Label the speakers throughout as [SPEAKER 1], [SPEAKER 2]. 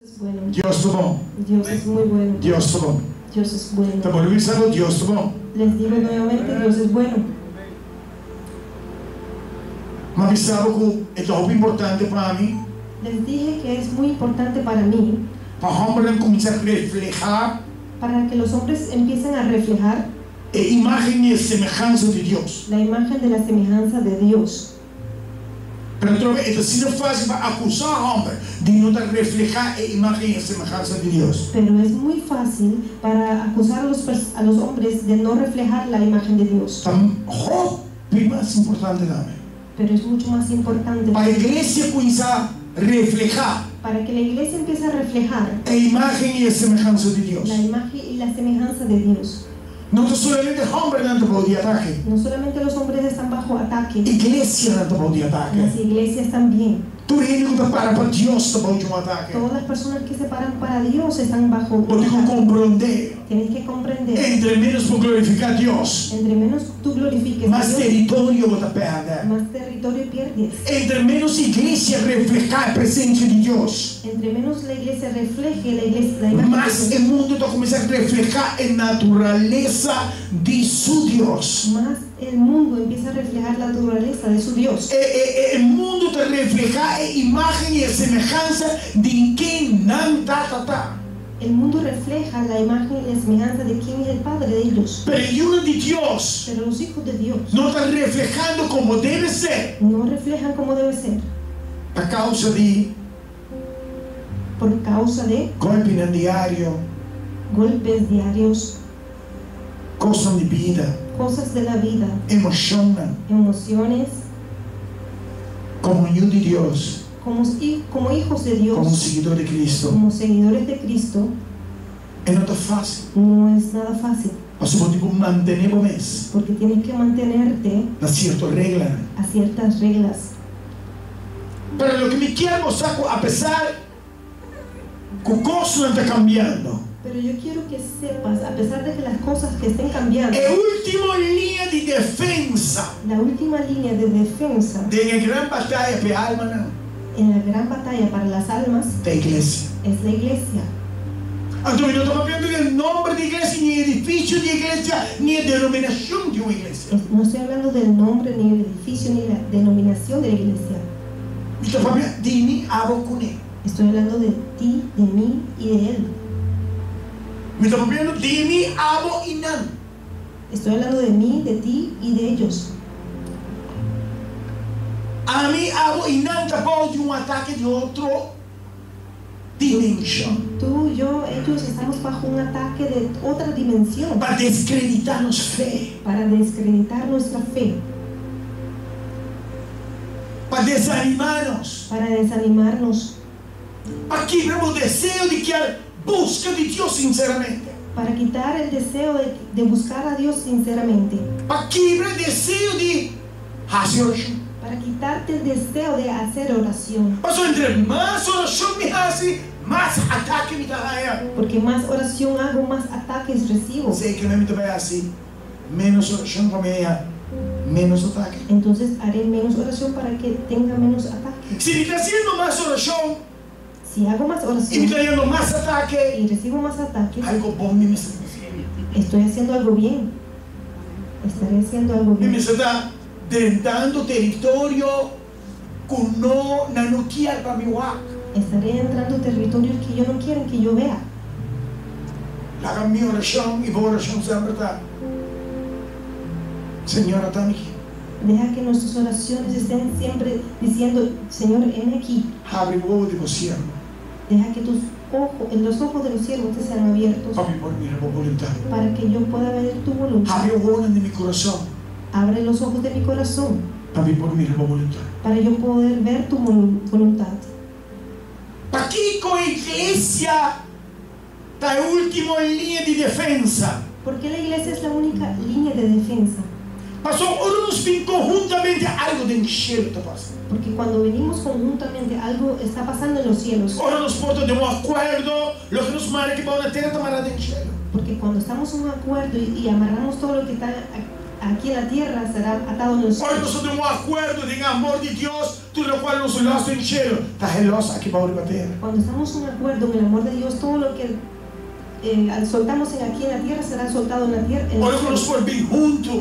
[SPEAKER 1] es bueno.
[SPEAKER 2] Dios subo.
[SPEAKER 1] Dios es muy bueno.
[SPEAKER 2] Dios subo.
[SPEAKER 1] Dios es bueno.
[SPEAKER 2] Te volvi dizendo Dios subo.
[SPEAKER 1] Les digo nuevamente, Dios es bueno.
[SPEAKER 2] Mas vi algo é algo importante para mim.
[SPEAKER 1] Les dije que es muy importante para mí,
[SPEAKER 2] Para hombre começar a reflejar
[SPEAKER 1] para que los hombres empiecen a reflejar
[SPEAKER 2] a imagem e a semelhança de Deus.
[SPEAKER 1] la imagen de la semejanza de Dios.
[SPEAKER 2] Pero outra vez, é sido fácil para acusar a hombre de não te reflejar a imagem e a semelhança de Deus.
[SPEAKER 1] Pero es muy fácil para acusar a los, pers- a los hombres de no reflejar la imagen de Dios.
[SPEAKER 2] Então, Job é mais importante também.
[SPEAKER 1] Pero es mucho más importante
[SPEAKER 2] Para a igreja começar a reflejar
[SPEAKER 1] para que la iglesia empiece a reflejar
[SPEAKER 2] a imagem e a semelhança de Deus.
[SPEAKER 1] la imagen y la semejanza de Dios.
[SPEAKER 2] Não somente homem não te pode atacar.
[SPEAKER 1] No solamente los hombres están bajo ataque,
[SPEAKER 2] Igreja não te pode atacar.
[SPEAKER 1] las iglesias también.
[SPEAKER 2] Tu único que para para Deus te pode um ataque.
[SPEAKER 1] Todas las personas que se paran para Dios están bajo
[SPEAKER 2] Porque eu
[SPEAKER 1] ataque.
[SPEAKER 2] compreender.
[SPEAKER 1] Tienes que comprender.
[SPEAKER 2] um Entre menos por glorificar a Dios,
[SPEAKER 1] Entre menos tú glorifiques a
[SPEAKER 2] más
[SPEAKER 1] Dios,
[SPEAKER 2] territorio vas a perder.
[SPEAKER 1] más territorio pierdes.
[SPEAKER 2] Entre menos iglesia refleja la presencia de Dios,
[SPEAKER 1] Entre menos la iglesia refleje la iglesia, la imagen
[SPEAKER 2] más
[SPEAKER 1] de
[SPEAKER 2] el mundo te comienza a reflejar la naturaleza de su Dios.
[SPEAKER 1] Dios, más el mundo empieza a reflejar la naturaleza de su Dios.
[SPEAKER 2] Eh, eh, eh, El mundo te refleja la imagen y la semejanza de quien nan ta ta ta.
[SPEAKER 1] El mundo refleja la imagen y la semejanza de quién es el Padre de ellos.
[SPEAKER 2] Pero el uno de Dios
[SPEAKER 1] Pero los hijos de Dios
[SPEAKER 2] no está reflejando como debe ser
[SPEAKER 1] no reflejan como debe ser
[SPEAKER 2] a causa de
[SPEAKER 1] por causa de
[SPEAKER 2] golpe en el diario,
[SPEAKER 1] golpes diarios,
[SPEAKER 2] cosas de vida,
[SPEAKER 1] cosas de la vida,
[SPEAKER 2] emocionan.
[SPEAKER 1] emociones.
[SPEAKER 2] comunión de Dios,
[SPEAKER 1] Como, hi- como hijos de
[SPEAKER 2] como un
[SPEAKER 1] Dios,
[SPEAKER 2] seguidor de Cristo.
[SPEAKER 1] como seguidores de Cristo,
[SPEAKER 2] Es no tan fácil.
[SPEAKER 1] no es nada fácil.
[SPEAKER 2] Por eso digo, mantenemos mes,
[SPEAKER 1] Porque tienes que mantenerte
[SPEAKER 2] la cierta regla.
[SPEAKER 1] a ciertas reglas.
[SPEAKER 2] Pero lo que me quiero mostrar, a pesar que cosas están cambiando,
[SPEAKER 1] Pero yo quiero que sepas, a pesar de que las cosas que estén cambiando,
[SPEAKER 2] el último día de defensa
[SPEAKER 1] la última línea de defensa
[SPEAKER 2] de la gran batalla de alma ¿no?
[SPEAKER 1] en la gran batalla para las almas
[SPEAKER 2] de la iglesia.
[SPEAKER 1] es la iglesia.
[SPEAKER 2] Entonces no estamos viendo el nombre de iglesia, ni edificio de iglesia, ni denominación de una iglesia.
[SPEAKER 1] Es- No estoy hablando del nombre, ni del edificio, ni la denominación de la iglesia.
[SPEAKER 2] Estamos hablando de mi abocune.
[SPEAKER 1] Estoy hablando de ti, de mí y de él.
[SPEAKER 2] Estamos viendo de mi abo inan.
[SPEAKER 1] Estoy hablando de mí, de ti y de ellos.
[SPEAKER 2] A mim, algo inantapou de um ataque de outro dimension
[SPEAKER 1] Tú, yo, ellos estamos bajo un ataque de otra dimensión
[SPEAKER 2] para descreditar-nos fé,
[SPEAKER 1] para descreditar nuestra fe,
[SPEAKER 2] para desanimar-nos,
[SPEAKER 1] para desanimarnos,
[SPEAKER 2] para quebrar o desejo de que a busca de Deus sinceramente,
[SPEAKER 1] para quitar el deseo de, de buscar a Dios sinceramente,
[SPEAKER 2] para quebrar o desejo de fazer oração.
[SPEAKER 1] para quitarte el deseo de hacer oración.
[SPEAKER 2] Mas entre mais oração me hace, mais ataque me dá.
[SPEAKER 1] Porque más oración hago, más ataques recibo.
[SPEAKER 2] Sei que não me vai assim, menos oração para mim, menos ataque.
[SPEAKER 1] Entonces haré menos oración para que tenga menos ataque.
[SPEAKER 2] Se me está haciendo mais oração
[SPEAKER 1] Si hago más
[SPEAKER 2] e me
[SPEAKER 1] oración
[SPEAKER 2] está dando mais ataque,
[SPEAKER 1] y recibo más ataques,
[SPEAKER 2] algo bom me está
[SPEAKER 1] estoy haciendo algo bien. Estaré haciendo algo
[SPEAKER 2] Mimi
[SPEAKER 1] bien.
[SPEAKER 2] se está tentando territorio con no nanukiar para mi wak.
[SPEAKER 1] Estaré entrando territorios que yo no quiero que yo vea.
[SPEAKER 2] La haga mi oración y por oración siempre está. Señora Tami,
[SPEAKER 1] Deja que nuestras oraciones estén siempre diciendo, Señor, heme aquí.
[SPEAKER 2] abre el huevo de los siervos.
[SPEAKER 1] Deja que tus ojos, en los ojos de los siervos te sean abiertos
[SPEAKER 2] Papi, por mi revo voluntad.
[SPEAKER 1] para que yo pueda ver tu voluntad.
[SPEAKER 2] Abre el huevo de mi corazón.
[SPEAKER 1] Abre los ojos de mi corazón
[SPEAKER 2] Papi, por mi revo voluntad.
[SPEAKER 1] para yo poder ver tu volu- voluntad.
[SPEAKER 2] Para que con iglesia está la última línea de defensa.
[SPEAKER 1] Porque la iglesia es la única línea de defensa.
[SPEAKER 2] Pasó, ahora nos ven conjuntamente algo de enxerto, pasa.
[SPEAKER 1] Porque cuando venimos conjuntamente, algo está pasando en los cielos.
[SPEAKER 2] Ora nos porta de um acordo, lo que nos marca para una tierra tomada en cielo.
[SPEAKER 1] Porque cuando estamos en un acuerdo y, y amarramos todo lo que está a- aquí en la tierra será atado en el
[SPEAKER 2] Hoy
[SPEAKER 1] cielo.
[SPEAKER 2] nosotros tenemos acuerdos en amor de Dios, tú lo cual nos laço en cielo. Está gelosa aquí para la tierra.
[SPEAKER 1] Cuando estamos en acuerdo en el amor de Dios, todo lo que eh, soltamos en aquí en la tierra será soltado en la tierra. en el
[SPEAKER 2] Hoy
[SPEAKER 1] cielo.
[SPEAKER 2] nos por bien juntos,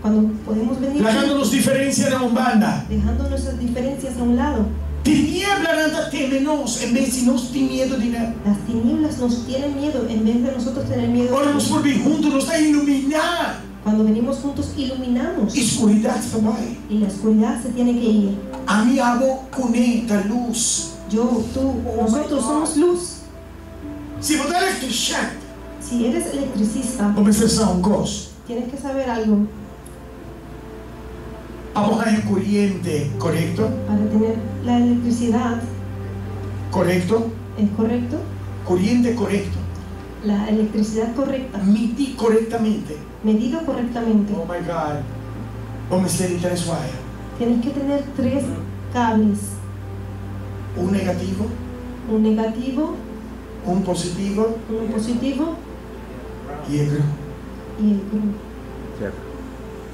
[SPEAKER 1] Cuando podemos venir
[SPEAKER 2] largándonos diferencia de la umbanda.
[SPEAKER 1] dejando nuestras diferencias a un lado,
[SPEAKER 2] Tiniebla nada temenos, en vez de nos tem medo de nada.
[SPEAKER 1] las tinieblas nos tienen miedo en vez de nosotros tener miedo.
[SPEAKER 2] Hoy nos por bien juntos, nos está a iluminar.
[SPEAKER 1] Cuando venimos juntos, iluminamos
[SPEAKER 2] Escuridad se vai.
[SPEAKER 1] y la oscuridad se tiene que ir.
[SPEAKER 2] A mí hago conecta luz.
[SPEAKER 1] Yo, tú, nosotros somos luz.
[SPEAKER 2] Se você é electricista,
[SPEAKER 1] Si eres electricista,
[SPEAKER 2] comecei a ser um gosto.
[SPEAKER 1] tienes que saber algo
[SPEAKER 2] Abogar el corriente, correcto,
[SPEAKER 1] para tener la electricidad,
[SPEAKER 2] correcto,
[SPEAKER 1] ¿es correcto?
[SPEAKER 2] corriente correcto.
[SPEAKER 1] La electricidad correcta,
[SPEAKER 2] Miti correctamente.
[SPEAKER 1] medida correctamente.
[SPEAKER 2] Oh my God. oh Comecei a transformar.
[SPEAKER 1] Tienes que tener tres cables,
[SPEAKER 2] Un negativo,
[SPEAKER 1] un negativo,
[SPEAKER 2] un positivo
[SPEAKER 1] uno positivo
[SPEAKER 2] y el otro.
[SPEAKER 1] y el cruz.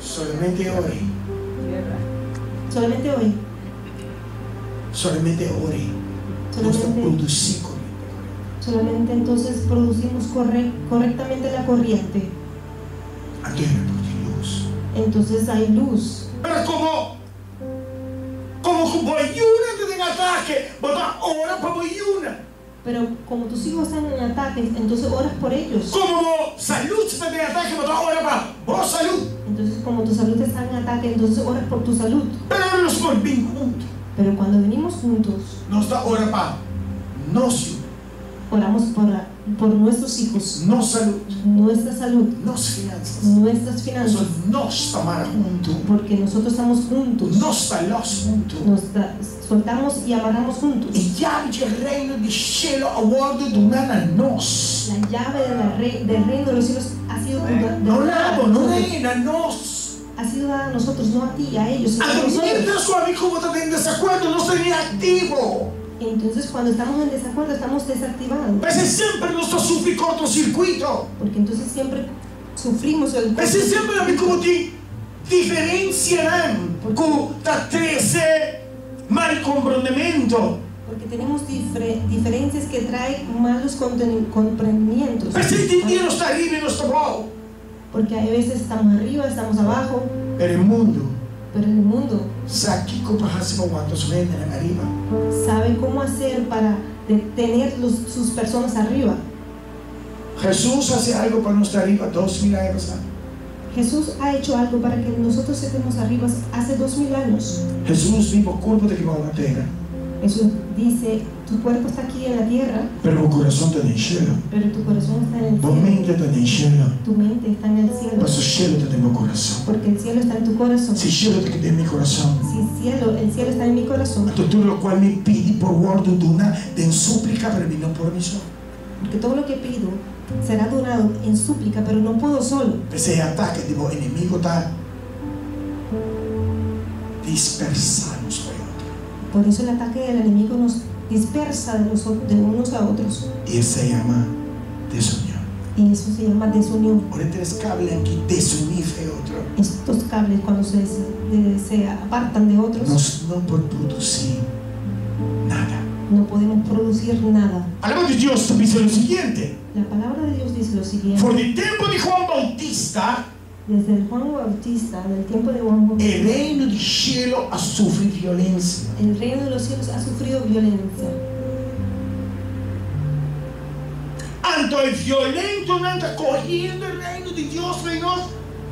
[SPEAKER 2] Solamente ore,
[SPEAKER 1] Solamente hoy,
[SPEAKER 2] solamente ore. Nós estamos
[SPEAKER 1] solamente,
[SPEAKER 2] produzindo
[SPEAKER 1] solamente entonces producimos corre- correctamente la corriente.
[SPEAKER 2] a guerra de luz.
[SPEAKER 1] Entonces hay luz.
[SPEAKER 2] Mas como como com boiuna que tem ataque, botar ora para boiuna.
[SPEAKER 1] Pero como tus hijos están en ataques, entonces oras por ellos.
[SPEAKER 2] Como saúde se tem ataque, botar ora para boa saúde.
[SPEAKER 1] Entonces como tu salud está en ataque, entonces oras por tu salud.
[SPEAKER 2] Pero nós somos bem juntos.
[SPEAKER 1] Pero cuando venimos juntos,
[SPEAKER 2] Nós dá ora para nosso,
[SPEAKER 1] oramos por, la- por nuestros hijos,
[SPEAKER 2] nossa saúde,
[SPEAKER 1] nuestra salud,
[SPEAKER 2] nossas finanças.
[SPEAKER 1] nuestras finanzas.
[SPEAKER 2] Nós nós tomar junto,
[SPEAKER 1] Porque nosotros estamos juntos.
[SPEAKER 2] nós talos junto.
[SPEAKER 1] Nos da- soltamos y amarramos juntos.
[SPEAKER 2] E llave de reino de cielo a bordo do nada nós.
[SPEAKER 1] La llave de la re- del reino de los cielos ha sido dada,
[SPEAKER 2] No lavo, no
[SPEAKER 1] nosotros.
[SPEAKER 2] reina nós.
[SPEAKER 1] ha sido dada a nosotros, no a ti, a ellos, sino a
[SPEAKER 2] A
[SPEAKER 1] nosotros.
[SPEAKER 2] mientras su amigo está en desacuerdo, no sería activo.
[SPEAKER 1] Entonces cuando estamos en desacuerdo estamos desactivados.
[SPEAKER 2] Mas siempre nuestro sufre cortocircuito.
[SPEAKER 1] Porque entonces siempre sufrimos el
[SPEAKER 2] Mas Pues siempre amigo te diferenciarán con la 13 mal comprendimiento.
[SPEAKER 1] Porque tenemos difere- diferencias que traen malos conten- comprendimientos.
[SPEAKER 2] Mas entendieron está arriba y no está abajo.
[SPEAKER 1] Porque hay veces estamos arriba, estamos abajo,
[SPEAKER 2] Pero el mundo,
[SPEAKER 1] pero el mundo
[SPEAKER 2] saque con pajarse con cuantos venden arriba.
[SPEAKER 1] sabe cómo hacer para detener los- sus personas arriba.
[SPEAKER 2] Jesús hace algo para nuestra arriba dos mil años antes.
[SPEAKER 1] Jesús ha hecho algo para que nosotros estemos arriba hace dos mil años.
[SPEAKER 2] Jesus vive o corpo derribado na terra,
[SPEAKER 1] Jesús dice, tu cuerpo está aquí en la tierra,
[SPEAKER 2] pero o coração está no cielo.
[SPEAKER 1] pero tu corazón está en el
[SPEAKER 2] O
[SPEAKER 1] cielo.
[SPEAKER 2] mente está no cielo,
[SPEAKER 1] Tu mente está en el cielo.
[SPEAKER 2] mas o cielo está no meu coração.
[SPEAKER 1] Porque el cielo está en tu corazón.
[SPEAKER 2] Se o cielo está aqui no meu coração,
[SPEAKER 1] Si el cielo, el cielo está en mi corazón.
[SPEAKER 2] então tudo o qual me pedi por ordem de uma de súplica para mim não por mim só.
[SPEAKER 1] Porque todo lo que pido será donado en súplica, pero no puedo solo.
[SPEAKER 2] Esse ataque de meu inimigo está dispersando-nos para outro.
[SPEAKER 1] Por eso el ataque del enemigo nos dispersa de, noso- de unos a otros.
[SPEAKER 2] E isso se chama desunião.
[SPEAKER 1] Y eso se llama desunión.
[SPEAKER 2] Olha três cables aqui, desunir é outro.
[SPEAKER 1] Estos cables cuando se, des- de- se apartan de otros,
[SPEAKER 2] Nós não podemos produzir nada.
[SPEAKER 1] no podemos producir nada.
[SPEAKER 2] A palavra de Deus diz o seguinte.
[SPEAKER 1] La palabra de Dios dice lo siguiente.
[SPEAKER 2] Por el tiempo de Juan Bautista,
[SPEAKER 1] Desde el Juan Bautista, del tiempo de Juan Bautista,
[SPEAKER 2] el reino del cielo ha sufrido violencia.
[SPEAKER 1] el reino de los cielos ha sufrido violencia.
[SPEAKER 2] Tanto el violento no anda cogiendo el reino de Dios, reinos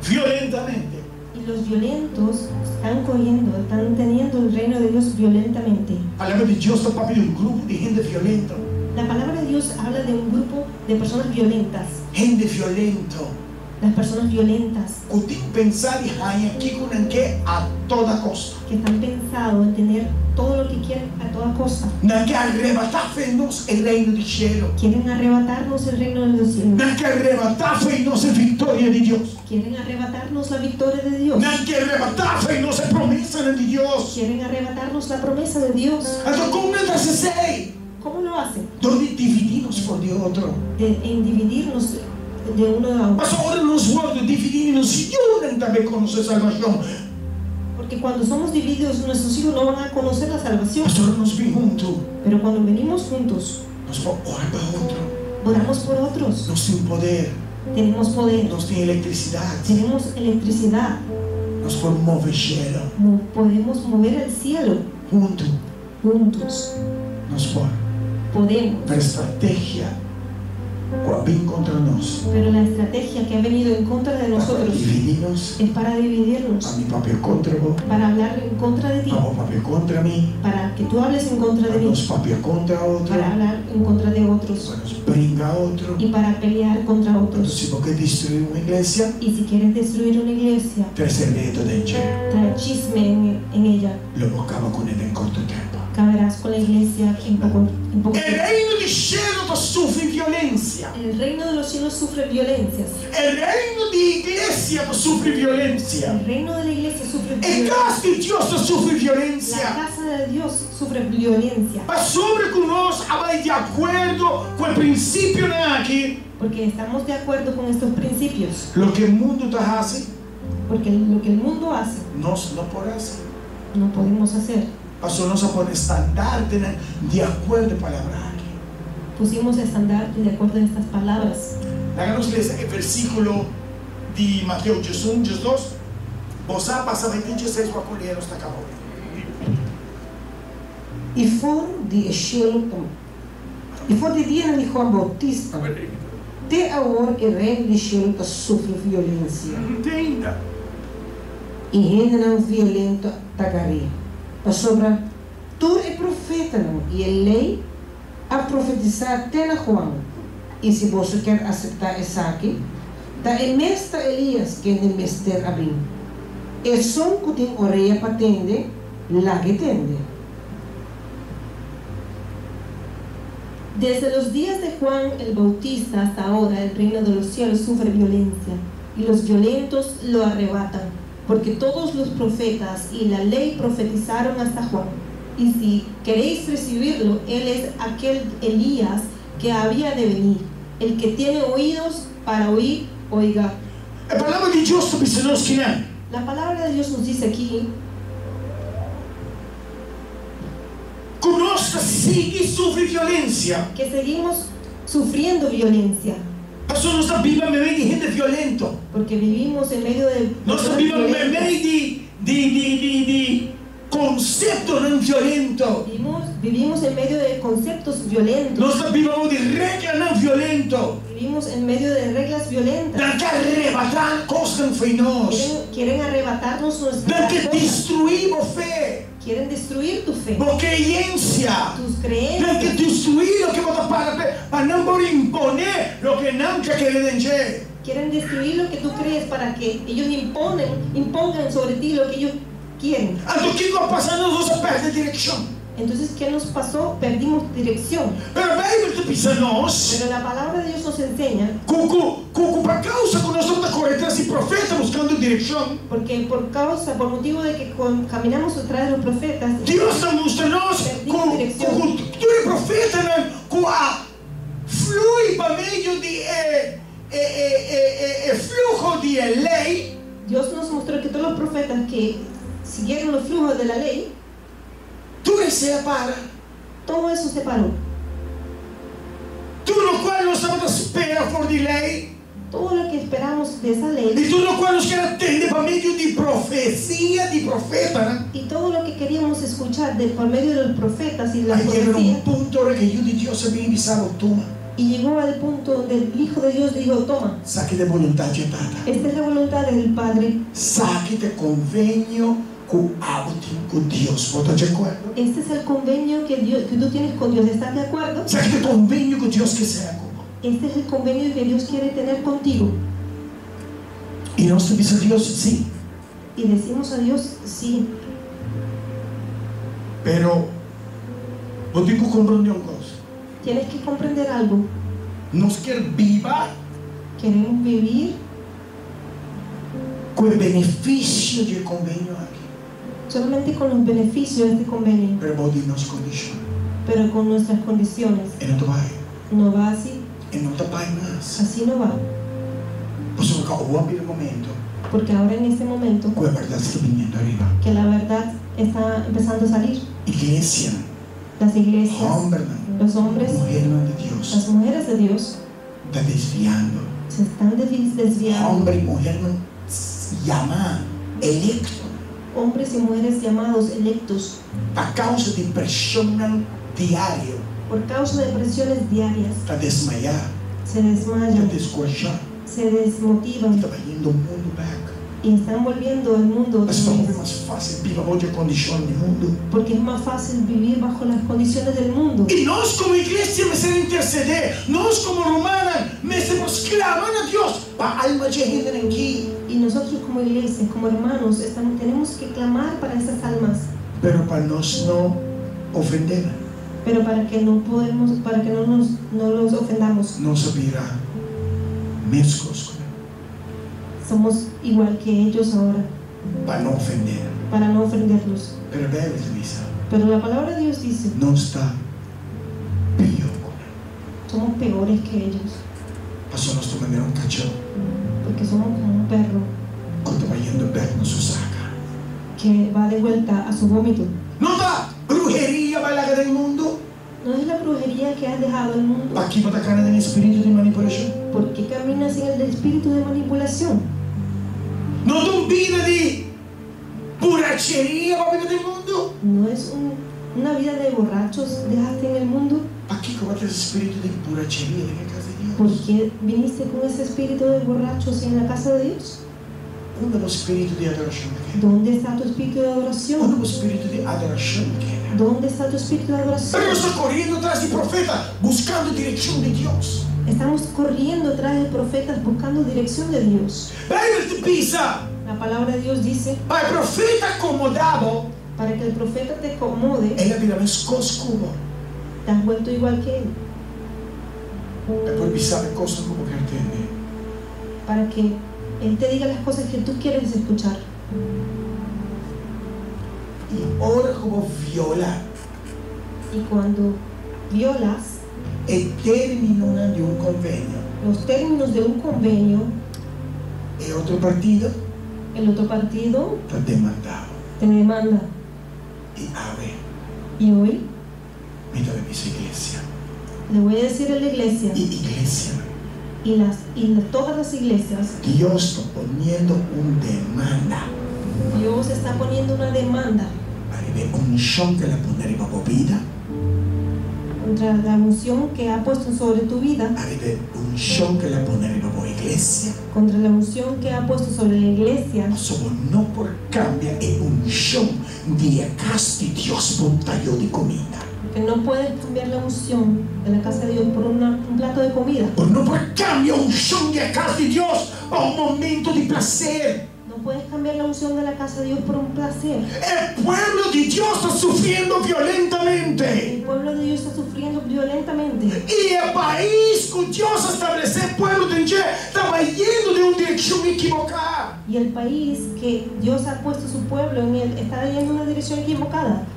[SPEAKER 2] violentamente.
[SPEAKER 1] Y los violentos están cogiendo, están teniendo el reino de Dios violentamente.
[SPEAKER 2] A Palabra de Dios está papi un grupo de gente violenta.
[SPEAKER 1] La palabra de Dios habla de un grupo de personas violentas.
[SPEAKER 2] Gente violenta.
[SPEAKER 1] Las personas violentas
[SPEAKER 2] Cutín pensar y hay aquí con el que a toda costa.
[SPEAKER 1] que están pensado en tener todo lo que quieren a toda costa.
[SPEAKER 2] No que arrebatarnos el reino del cielo.
[SPEAKER 1] Quieren arrebatarnos el reino de los cielos.
[SPEAKER 2] No que arrebatarnos la victoria de Dios.
[SPEAKER 1] Quieren arrebatarnos la victoria de Dios.
[SPEAKER 2] No que arrebatarnos la promesa de Dios.
[SPEAKER 1] Quieren arrebatarnos la promesa de Dios.
[SPEAKER 2] Hasta con una
[SPEAKER 1] ¿Cómo lo hacen?
[SPEAKER 2] donde dividimos por de otro.
[SPEAKER 1] De- en dividirnos de una a otra.
[SPEAKER 2] Mas a hora nos modos divididos se unem também com nossa salvação.
[SPEAKER 1] Porque cuando somos divididos, nuestros hijos no van a conocer la salvación.
[SPEAKER 2] Pastor, nos vem junto.
[SPEAKER 1] Pero cuando venimos juntos,
[SPEAKER 2] Nós vamos orar para outro.
[SPEAKER 1] oramos por otros.
[SPEAKER 2] Nós temos poder,
[SPEAKER 1] Tenemos poder,
[SPEAKER 2] nós temos eletricidade,
[SPEAKER 1] tenemos electricidad,
[SPEAKER 2] nós podemos mover gelo.
[SPEAKER 1] mo- podemos mover el cielo
[SPEAKER 2] Junto,
[SPEAKER 1] juntos.
[SPEAKER 2] nós podemos.
[SPEAKER 1] Podemos.
[SPEAKER 2] Para estratégia, vem contra nós.
[SPEAKER 1] Pero la estrategia que ha venido en contra de
[SPEAKER 2] Para
[SPEAKER 1] nosotros
[SPEAKER 2] dividirnos,
[SPEAKER 1] es para
[SPEAKER 2] a
[SPEAKER 1] dividirnos,
[SPEAKER 2] mi papel contra vos,
[SPEAKER 1] para hablar en contra de ti,
[SPEAKER 2] a vos papel contra mí,
[SPEAKER 1] para que tú hables en contra
[SPEAKER 2] a
[SPEAKER 1] de mí,
[SPEAKER 2] nos papel contra outro,
[SPEAKER 1] para
[SPEAKER 2] a
[SPEAKER 1] hablar en contra de otros
[SPEAKER 2] nos brinca outro.
[SPEAKER 1] y para pelear contra
[SPEAKER 2] Então,
[SPEAKER 1] otros.
[SPEAKER 2] se você quer destruir uma igreja,
[SPEAKER 1] Y si quieres destruir una iglesia,
[SPEAKER 2] Tercer dedo de Angelo
[SPEAKER 1] trae chisme en, en ella,
[SPEAKER 2] lo buscava con él en corto tempo.
[SPEAKER 1] caberás con la iglesia en poco, en poco
[SPEAKER 2] Il
[SPEAKER 1] tiempo.
[SPEAKER 2] regno di cielo sufre violenza.
[SPEAKER 1] El reino de los cielos sufre violencias.
[SPEAKER 2] Il regno di iglesia sufre violenza.
[SPEAKER 1] El reino de la iglesia sufre
[SPEAKER 2] Il
[SPEAKER 1] violencia.
[SPEAKER 2] caso di Dio sufre
[SPEAKER 1] La
[SPEAKER 2] violenza.
[SPEAKER 1] casa de Dios sufre violencia.
[SPEAKER 2] Ma sopra con noi vai di accordo quel principio neanche
[SPEAKER 1] Porque estamos de acuerdo con estos principios.
[SPEAKER 2] lo che il mondo ti hace,
[SPEAKER 1] Porque lo que el mundo hace,
[SPEAKER 2] noi non possiamo fare.
[SPEAKER 1] no podemos hacer.
[SPEAKER 2] Ma se non si può standardine di accordo palabrari.
[SPEAKER 1] Pusimos estandarte de acuerdo a estas palabras.
[SPEAKER 2] Háganos leer el versículo de Mateo 21, 22. Vos passava em 26 com a colher nos tacava.
[SPEAKER 3] E foram de enchê-lo com. E foi de dia a João Bautista. Até agora o reino de Xelo sofre violência.
[SPEAKER 2] Entenda.
[SPEAKER 3] E rendram violento tagaria. Mas sobre todo é profeta não. E a lei a profetizar até na João. E se você quer aceitar essa aqui, da é mestre Elias que é de mestre Abim. É som que tem orelha para tende, lá que tende.
[SPEAKER 1] Desde los días de Juan el Bautista hasta ahora, el reino de los cielos sufre violencia y los violentos lo arrebatan, porque todos los profetas y la ley profetizaron hasta Juan. Y si queréis recibirlo, él es aquel Elías que había de venir. El que tiene oídos para oír, oiga.
[SPEAKER 2] A palavra de Deus sobre nós que é.
[SPEAKER 1] La palabra de Dios nos dice aquí,
[SPEAKER 2] Conosco sigue sofre violência.
[SPEAKER 1] que seguimos sufriendo violencia,
[SPEAKER 2] Mas nossa Bíblia me meio de gente violenta.
[SPEAKER 1] porque vivimos en medio de...
[SPEAKER 2] Nossa
[SPEAKER 1] personas
[SPEAKER 2] Bíblia me
[SPEAKER 1] violentas.
[SPEAKER 2] meio de, de, de, de, de conceito não violento.
[SPEAKER 1] Vivimos, vivimos en medio de conceptos violentos,
[SPEAKER 2] Nossa Bíblia me de regra não violento.
[SPEAKER 1] vivimos en medio de reglas violentas.
[SPEAKER 2] Da que arrebatar coisas foi nós.
[SPEAKER 1] Quieren, quieren arrebatarnos
[SPEAKER 2] Da
[SPEAKER 1] nuestra
[SPEAKER 2] que
[SPEAKER 1] fe,
[SPEAKER 2] destruímos fé.
[SPEAKER 1] quieren destruir tu fe,
[SPEAKER 2] Por creencia.
[SPEAKER 1] tus
[SPEAKER 2] Tem que
[SPEAKER 1] creencias,
[SPEAKER 2] destruir o que você para, para não por imponer o que não quer querer em você.
[SPEAKER 1] quieren destruir lo que tú crees para que ellos imponen, impongan sobre ti lo que ellos quieren.
[SPEAKER 2] Então, o que está passando, você perde a direção.
[SPEAKER 1] Entonces, ¿qué nos pasó? Perdimos dirección.
[SPEAKER 2] Mas a Bíblia está pensando nós,
[SPEAKER 1] Pero la palabra de Dios nos enseña,
[SPEAKER 2] cucu, cucu, por causa que nós estamos correndo atrás de profetas buscando direção,
[SPEAKER 1] porque por causa, por motivo de que con- caminamos atrás de los profetas,
[SPEAKER 2] Deus está mostrando nós com cultura profeta, né? com a flui para meio de eh, eh, eh, eh, eh, flujo de lei.
[SPEAKER 1] Dios nos mostró que todos los profetas que siguieron los flujos de la ley,
[SPEAKER 2] Tu recebes para.
[SPEAKER 1] Todo eso se paró.
[SPEAKER 2] Tudo no qual nós estamos à espera por de lei,
[SPEAKER 1] Todo lo que esperamos de esa lei
[SPEAKER 2] e tudo no qual nós queremos atender para meio de profecia, de profeta, eh? né?
[SPEAKER 1] y todo lo que queríamos escuchar de, por medio de los profetas y la
[SPEAKER 2] Aí chega um
[SPEAKER 1] profecía.
[SPEAKER 2] ponto onde que eu de Deus havia avisado, toma,
[SPEAKER 1] Y llegó al punto donde el Hijo de Dios dijo, toma,
[SPEAKER 2] saque de vontade dada,
[SPEAKER 1] esta es la voluntad del Padre,
[SPEAKER 2] saque de convênio com algo com Deus, bota de acordo?
[SPEAKER 1] este es el convenio que, Dios, que tú tienes con Dios, ¿estás de acuerdo?
[SPEAKER 2] Saque de convênio com Deus que seja
[SPEAKER 1] Este es el convenio que Dios quiere tener contigo.
[SPEAKER 2] E nós temos a Deus, sim,
[SPEAKER 1] Y decimos a Dios, sí,
[SPEAKER 2] pero eu tenho que compreender uma coisa,
[SPEAKER 1] tienes que comprender algo.
[SPEAKER 2] nós queremos viver
[SPEAKER 1] Queremos vivir
[SPEAKER 2] com o benefício de convênio aqui,
[SPEAKER 1] solamente con los beneficios de este convenio,
[SPEAKER 2] pero vou dizer nossas condições,
[SPEAKER 1] pero con nuestras condiciones.
[SPEAKER 2] e não te vai.
[SPEAKER 1] No va así,
[SPEAKER 2] E não te pai mais.
[SPEAKER 1] así no va.
[SPEAKER 2] Perché ora per il momento
[SPEAKER 1] porque ahora en este momento
[SPEAKER 2] quella verità sta venendo arriva.
[SPEAKER 1] que la verdad está empezando a salir,
[SPEAKER 2] Iglesia,
[SPEAKER 1] las iglesias,
[SPEAKER 2] hombre,
[SPEAKER 1] los hombres,
[SPEAKER 2] mujer de Dios,
[SPEAKER 1] las mujeres de Dios
[SPEAKER 2] está desviando.
[SPEAKER 1] se están desvi- desviando,
[SPEAKER 2] Hombre y mujer no llama electo
[SPEAKER 1] hombres y mujeres llamados electos,
[SPEAKER 2] a causa di pressione diaria,
[SPEAKER 1] por causa de presiones diarias,
[SPEAKER 2] sta desmaiando,
[SPEAKER 1] se
[SPEAKER 2] sta
[SPEAKER 1] desmayan,
[SPEAKER 2] descoraggiando,
[SPEAKER 1] se desmotivan
[SPEAKER 2] sta venendo il mondo back.
[SPEAKER 1] y están volviendo al mundo otra
[SPEAKER 2] Questo è
[SPEAKER 1] vez,
[SPEAKER 2] più facile vivere oggi condizioni del mondo.
[SPEAKER 1] porque es más fácil vivir bajo las condiciones del mundo.
[SPEAKER 2] E noi come iglesia messa intercedere, noi come romana messa clamando a Dio, pa alma c'è gente in chi.
[SPEAKER 1] Y nosotros como iglesia, como hermanos, estamos, tenemos que clamar para esas almas,
[SPEAKER 2] Pero para nos no ofender,
[SPEAKER 1] pero para que no podemos, para que no nos, no los ofendamos.
[SPEAKER 2] no servirá mezcos,
[SPEAKER 1] Somos igual que ellos ahora,
[SPEAKER 2] para no ofender.
[SPEAKER 1] para no ofenderlos.
[SPEAKER 2] Pero la misa
[SPEAKER 1] Pero la palabra de Dios dice,
[SPEAKER 2] no está pio.
[SPEAKER 1] somos peores que ellos,
[SPEAKER 2] Pasó nuestro mandare un caccione,
[SPEAKER 1] porque somos como un perro
[SPEAKER 2] quando vayendo per non so saca.
[SPEAKER 1] que va de vuelta a su vómito.
[SPEAKER 2] Non da brujeria ballata del mondo,
[SPEAKER 1] No es la brujería que has dejado al mundo,
[SPEAKER 2] ma chi va da cane del spirito di manipolazione.
[SPEAKER 1] porque caminas en el espíritu de manipulación.
[SPEAKER 2] Non dubita di buracceria proprio del mondo.
[SPEAKER 1] No es un- una vida de borrachos, dejaste en el mundo,
[SPEAKER 2] Ma chi come questo spirito di buracceria nella casa di Dio?
[SPEAKER 1] porque viniste con ese espíritu de borrachos en la casa de Dios.
[SPEAKER 2] Uno è lo spirito di adorazione che
[SPEAKER 1] ¿Dónde está tu espíritu de
[SPEAKER 2] è. Uno è
[SPEAKER 1] adoración?
[SPEAKER 2] lo spirito di adorazione che è.
[SPEAKER 1] ¿Dónde está tu espíritu de
[SPEAKER 2] Perché io
[SPEAKER 1] adoración?
[SPEAKER 2] sto correndo atrás di profeta, buscando direzione di Dio.
[SPEAKER 1] Estamos corriendo atrás de profetas buscando dirección de Dios.
[SPEAKER 2] Bible ti pisa,
[SPEAKER 1] La palabra de Dios dice,
[SPEAKER 2] ma il profeta accomodavo
[SPEAKER 1] para que el profeta te acomode,
[SPEAKER 2] e la vita mi scoscumo.
[SPEAKER 1] te has vuelto igual que él,
[SPEAKER 2] E poi pisare cosa come che attende.
[SPEAKER 1] para que él te diga las cosas que tú quieres escuchar.
[SPEAKER 2] E ora come viola
[SPEAKER 1] Y cuando violas
[SPEAKER 2] e termina di un convegno.
[SPEAKER 1] los términos de un convenio,
[SPEAKER 2] E altro partito
[SPEAKER 1] el otro partido
[SPEAKER 2] ti demandavo.
[SPEAKER 1] te demanda.
[SPEAKER 2] E ave.
[SPEAKER 1] Y hoy
[SPEAKER 2] Mira de mis iglesia.
[SPEAKER 1] le voy a decir a la iglesia
[SPEAKER 2] Y iglesia.
[SPEAKER 1] y, las, y la- todas las iglesias,
[SPEAKER 2] Dios está poniendo un demanda.
[SPEAKER 1] Dios está poniendo una demanda
[SPEAKER 2] Arriba un shock que la pondré bajo vida.
[SPEAKER 1] contra la unción que ha puesto sobre tu vida,
[SPEAKER 2] Arriba un shock que la pondré bajo iglesia.
[SPEAKER 1] contra la unción que ha puesto sobre la iglesia.
[SPEAKER 2] Solo no por cambia es un shock de casti Dios yo de comida.
[SPEAKER 1] Que no puedes cambiar la unción de la casa de Dios por una- un plato de comida.
[SPEAKER 2] O no por cambio un shock de casti Dios a un momento de placer.
[SPEAKER 1] No puedes cambiar la unción de la casa de Dios por un placer.
[SPEAKER 2] El pueblo de Dios está sufriendo violentamente.
[SPEAKER 1] El pueblo de Dios está sufriendo violentamente.
[SPEAKER 2] E é país que Deus estabelecer pueblo de Dios estava yendo de uma direção equivocada.
[SPEAKER 1] Y el país que Dios ha puesto su pueblo en él está yendo en una dirección equivocada.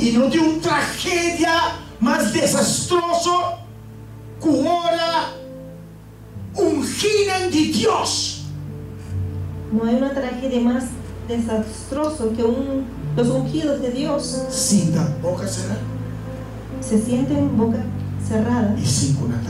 [SPEAKER 2] E não de uma tragédia mais desastrosa que ora ungirem de Deus.
[SPEAKER 1] No hay una tragedia más desastroso que un- los ungidos de Dios
[SPEAKER 2] Sim da boca será
[SPEAKER 1] se sienten boca cerrada
[SPEAKER 2] e sim com nada.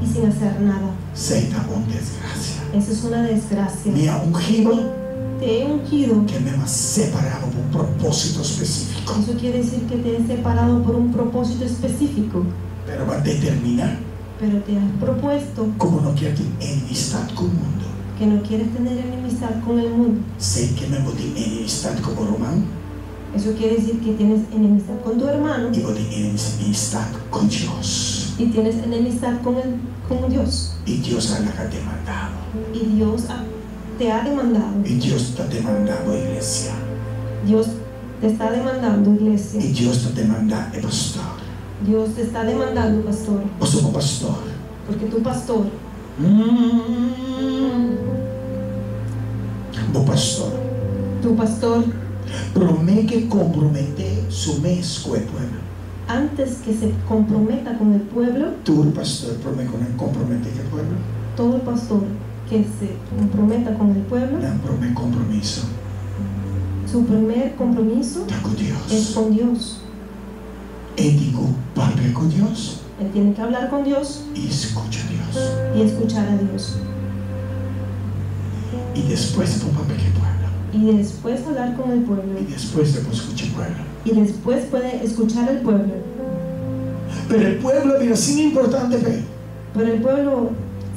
[SPEAKER 1] y sin hacer nada.
[SPEAKER 2] Sei da bom desgraça.
[SPEAKER 1] Esa es una desgracia.
[SPEAKER 2] Me ungiram
[SPEAKER 1] Te he ungido.
[SPEAKER 2] que me separava por um propósito específico.
[SPEAKER 1] Eso quiere decir que te he separado por un propósito específico,
[SPEAKER 2] Pero vai determinar
[SPEAKER 1] pero te has propuesto
[SPEAKER 2] como não quer ter enemistad com o mundo.
[SPEAKER 1] que no quieres tener enemistad con el mundo.
[SPEAKER 2] Sei que me vou ter enemistad com o romano.
[SPEAKER 1] Eso quiere decir que tienes enemistad con tu hermano
[SPEAKER 2] y vos tenés amistad con Dios.
[SPEAKER 1] y tienes enemistad con, el, con Dios.
[SPEAKER 2] Y Dios a la que ha demandado.
[SPEAKER 1] Y Dios ha- te ha demandado.
[SPEAKER 2] Y Dios te ha demandado, iglesia.
[SPEAKER 1] Dios te está demandando,
[SPEAKER 2] Y
[SPEAKER 1] iglesia.
[SPEAKER 2] Dios te demanda, eh, pastor.
[SPEAKER 1] Dios te está demandando, pastor.
[SPEAKER 2] Vos somos pastor.
[SPEAKER 1] Porque tu pastor,
[SPEAKER 2] Mm. Vos pastor.
[SPEAKER 1] tu pastor
[SPEAKER 2] Promete comprometer su mes con el pueblo.
[SPEAKER 1] antes que se comprometa con el pueblo,
[SPEAKER 2] Tú, el pastor, prome- con- comprometete al pueblo.
[SPEAKER 1] todo pastor que se comprometa con el pueblo,
[SPEAKER 2] Da un primer compromiso.
[SPEAKER 1] su primer compromiso
[SPEAKER 2] Está con
[SPEAKER 1] es
[SPEAKER 2] Dios.
[SPEAKER 1] con Dios.
[SPEAKER 2] Ético, parla con Dios
[SPEAKER 1] Él tiene que hablar con Dios
[SPEAKER 2] y escucha a Dios.
[SPEAKER 1] y escuchar a Dios.
[SPEAKER 2] Y después papá peque pueblo.
[SPEAKER 1] Y después hablar con el pueblo.
[SPEAKER 2] Y después después escucha el pueblo.
[SPEAKER 1] Y después puede escuchar al pueblo.
[SPEAKER 2] Pero el pueblo, mira, sin importante fe,
[SPEAKER 1] Pero el pueblo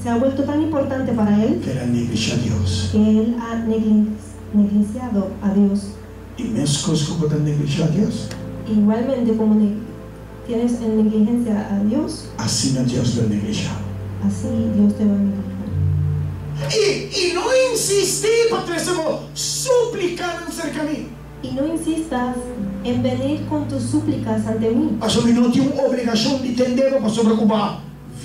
[SPEAKER 1] se ha vuelto tan importante para él
[SPEAKER 2] que la negligencia a Dios.
[SPEAKER 1] que él ha negli- negligenciado a Dios.
[SPEAKER 2] Y mezcos como tan negligencia a Dios.
[SPEAKER 1] Igualmente como ne- tienes en negligencia a Dios,
[SPEAKER 2] Así no Dios lo negligencia.
[SPEAKER 1] así Dios te va a negligenciar.
[SPEAKER 2] Y, y no insistí, Padre Sebo, suplicando acerca de mí.
[SPEAKER 1] Y no insistas en venir con tus súplicas ante mí,
[SPEAKER 2] Mas eu não tinha uma obrigação de entender para preocupar.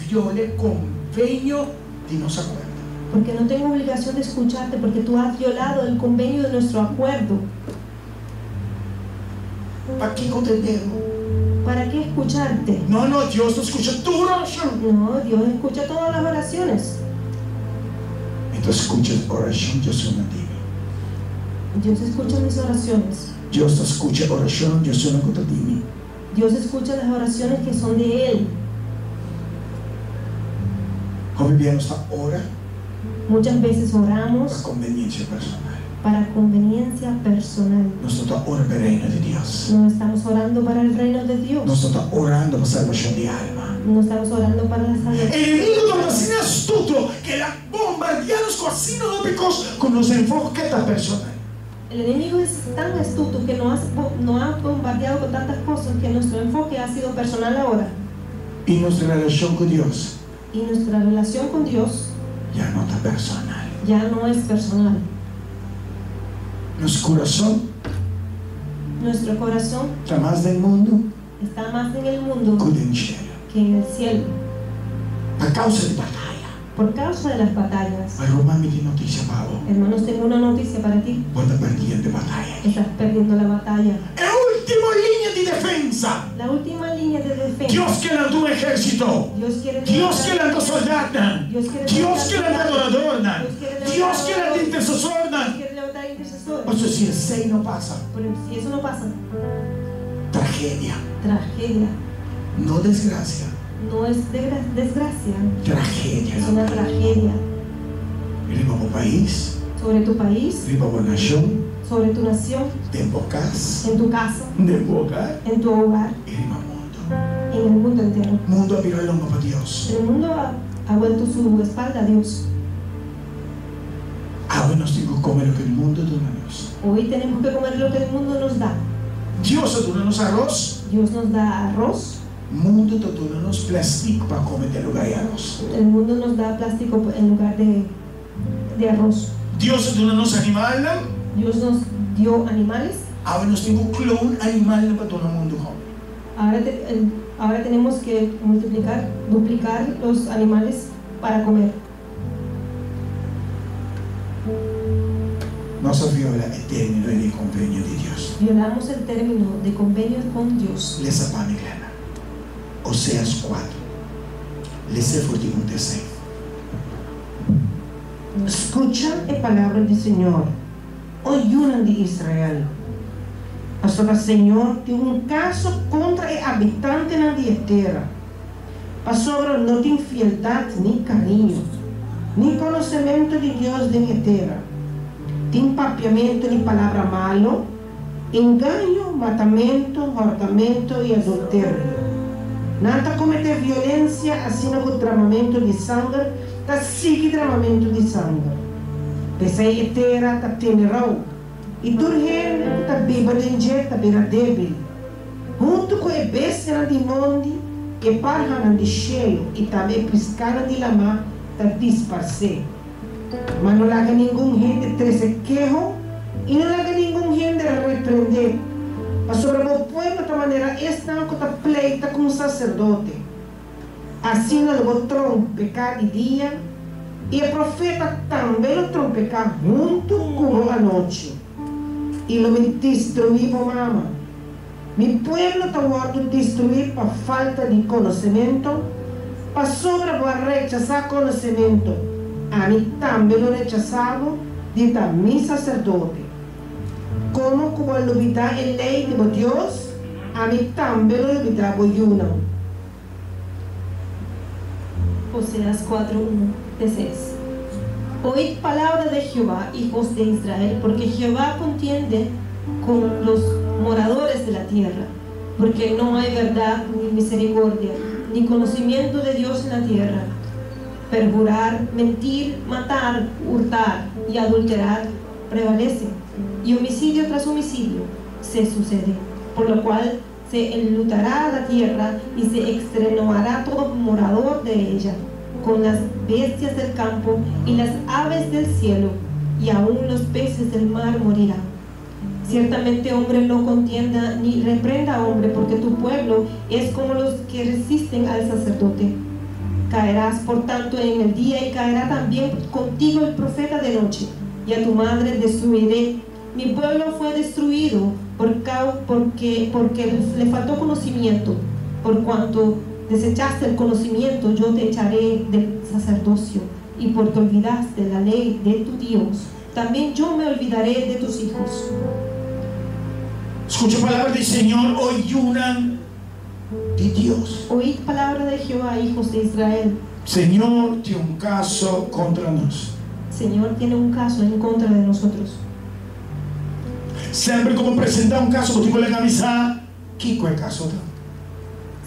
[SPEAKER 2] Viole convênio de nossa coberta.
[SPEAKER 1] porque no tengo obligación de escucharte, porque tú has violado el convenio de nuestro acuerdo.
[SPEAKER 2] Para que entender?
[SPEAKER 1] ¿Para qué escucharte?
[SPEAKER 2] Não, não, Deus não escuta tua oração.
[SPEAKER 1] No, Dios escucha todas las oraciones.
[SPEAKER 2] Então escuta a oração de seu nativo.
[SPEAKER 1] Dios escucha mis oraciones.
[SPEAKER 2] Deus não escuta a oração de seu nativo.
[SPEAKER 1] Dios escucha las oraciones que son de Él.
[SPEAKER 2] Como viemos esta hora,
[SPEAKER 1] Muchas veces
[SPEAKER 2] a
[SPEAKER 1] oramos
[SPEAKER 2] conveniência personal.
[SPEAKER 1] para conveniencia personal.
[SPEAKER 2] Nós não estamos orando para o reino de Deus.
[SPEAKER 1] No estamos orando para el reino de
[SPEAKER 2] Nós
[SPEAKER 1] Dios.
[SPEAKER 2] não estamos orando para a salvação de alma.
[SPEAKER 1] No estamos orando para la
[SPEAKER 2] O
[SPEAKER 1] salvación.
[SPEAKER 2] inimigo não assim astuto que la bombardeia os cossinos ópicos com os enfoquetas personais.
[SPEAKER 1] El enemigo es tan astuto que nos no ha bombardeado con tantas cosas que nuestro enfoque ha sido personal ahora.
[SPEAKER 2] E nossa relação com Deus
[SPEAKER 1] Y nuestra relación con Dios
[SPEAKER 2] ya no está personal.
[SPEAKER 1] ya no es personal.
[SPEAKER 2] Nuestro corazón
[SPEAKER 1] Nuestro corazón
[SPEAKER 2] está más del mundo
[SPEAKER 1] está más en el mundo
[SPEAKER 2] que del cielo.
[SPEAKER 1] que en el cielo.
[SPEAKER 2] A causa de batalla.
[SPEAKER 1] Por causa de las batallas.
[SPEAKER 2] Pero mami di noticia, Pablo.
[SPEAKER 1] Hermanos, tengo una noticia para ti.
[SPEAKER 2] Cuando perdían de batalla.
[SPEAKER 1] Estás perdiendo la batalla.
[SPEAKER 2] La última línea de defensa.
[SPEAKER 1] La última línea de defensa.
[SPEAKER 2] Dios que la tu ejército.
[SPEAKER 1] Dios quiere
[SPEAKER 2] Dios que la tu soldado.
[SPEAKER 1] Dios quiere
[SPEAKER 2] Dios que la
[SPEAKER 1] levantar
[SPEAKER 2] tu adorador.
[SPEAKER 1] soldados.
[SPEAKER 2] Dios que la tu
[SPEAKER 1] Dios
[SPEAKER 2] intercesor.
[SPEAKER 1] quiere levantar Pues-
[SPEAKER 2] O
[SPEAKER 1] intercesores.
[SPEAKER 2] sea, si el 6 no pasa,
[SPEAKER 1] Pero si eso no pasa,
[SPEAKER 2] tragedia.
[SPEAKER 1] tragedia.
[SPEAKER 2] No desgracia.
[SPEAKER 1] No es desgra- desgracia,
[SPEAKER 2] Tragedia.
[SPEAKER 1] es una tragedia
[SPEAKER 2] El mismo país,
[SPEAKER 1] sobre tu
[SPEAKER 2] el
[SPEAKER 1] país,
[SPEAKER 2] mismo nación,
[SPEAKER 1] sobre tu nación,
[SPEAKER 2] de bocas,
[SPEAKER 1] en tu casa,
[SPEAKER 2] de boca.
[SPEAKER 1] en tu hogar,
[SPEAKER 2] el mundo.
[SPEAKER 1] en el mundo entero.
[SPEAKER 2] Mundo a mirar el hombro para Dios.
[SPEAKER 1] El mundo ha, ha vuelto su espalda a Dios.
[SPEAKER 2] Ahora nos digo comer lo que el mundo dona a Dios.
[SPEAKER 1] Hoy tenemos que comer lo que el mundo nos da.
[SPEAKER 2] Dios te dona los arroz,
[SPEAKER 1] Dios nos da arroz,
[SPEAKER 2] mundo te dona los plástico para comer de lugar y arroz.
[SPEAKER 1] el mundo nos da plástico en lugar de, de arroz.
[SPEAKER 2] Dios te dona los animales,
[SPEAKER 1] Dios nos dio animales,
[SPEAKER 2] ahora nos digo clon animal para todo el mundo. come.
[SPEAKER 1] ahora, te- el- ahora tenemos que multiplicar, duplicar los animales para comer.
[SPEAKER 2] No se viola eterno en el convenio de Dios.
[SPEAKER 1] Violamos el término de convenios con Dios.
[SPEAKER 2] Les apa mi clara. Oseas 4. Les he fortificado
[SPEAKER 3] Escuchan la palabra del Señor. Oyunan de Israel. Pastora Señor tem um caso contra o habitante na dietera. Pastora não tem fieldade nem carinho, nem conhecimento de Deus de dietera. Tem papiamento de palavra malo, engaño, matamento, hortamento e adultério. Nada cometer violência, assim como tramamento de sangue, tá sigue tramamento de sangue. Pensei etera, tá tenerão. E turgen, tá biba denje, tá bira débil. Junto com a besta de monde, que parra de cheio, e também piscana de lama, tá disparcer. Mas não larga nenhum rei de treze quejo, e não larga nenhum rei de repreender. Mas sobre o povo, da maneira, esta não tá pleita com o sacerdote. Assim não levou trompecar de dia, e o profeta também o trompecar junto com a noite. E lo mentiste, o vivo mama. Mi pueblo está morto destruir por falta de conocimiento. Passombra para rechazar conocimiento. A mí también lo rechazaron, dice a mi sacerdote. Como como el olvidar en ley de Dios, a mí también lo pues, olvidar por uno.
[SPEAKER 1] Oseas 4:1 T6. Oíd palabra de Jehová, hijos de Israel, porque Jehová contiende con los moradores de la tierra, porque no hay verdad ni misericordia, ni conocimiento de Dios en la tierra. Perjurar, mentir, matar, hurtar y adulterar prevalece, y homicidio tras homicidio se sucede, por lo cual se enlutará la tierra y se extenuará todo morador de ella, con las bestias del campo y las aves del cielo, y aún los peces del mar morirán. Ciertamente hombre no contienda ni reprenda a hombre, porque tu pueblo es como los que resisten al sacerdote. Caerás por tanto en el día y caerá también contigo el profeta de noche, y a tu madre destruiré mi pueblo fue destruido por cau- porque, porque le faltó conocimiento. Por cuanto desechaste el conocimiento, yo te echaré del sacerdocio. Y porque olvidaste la ley de tu Dios, también yo me olvidaré de tus hijos.
[SPEAKER 2] Escucha palabras del Señor, hoy ayunan de Dios.
[SPEAKER 1] Oíd palabra de Jehová, hijos de Israel.
[SPEAKER 2] Señor, tiene un caso contra nosotros.
[SPEAKER 1] Señor tiene un caso en contra de nosotros.
[SPEAKER 2] Sempre como presentar um caso contigo la camisa, Kiko el caso.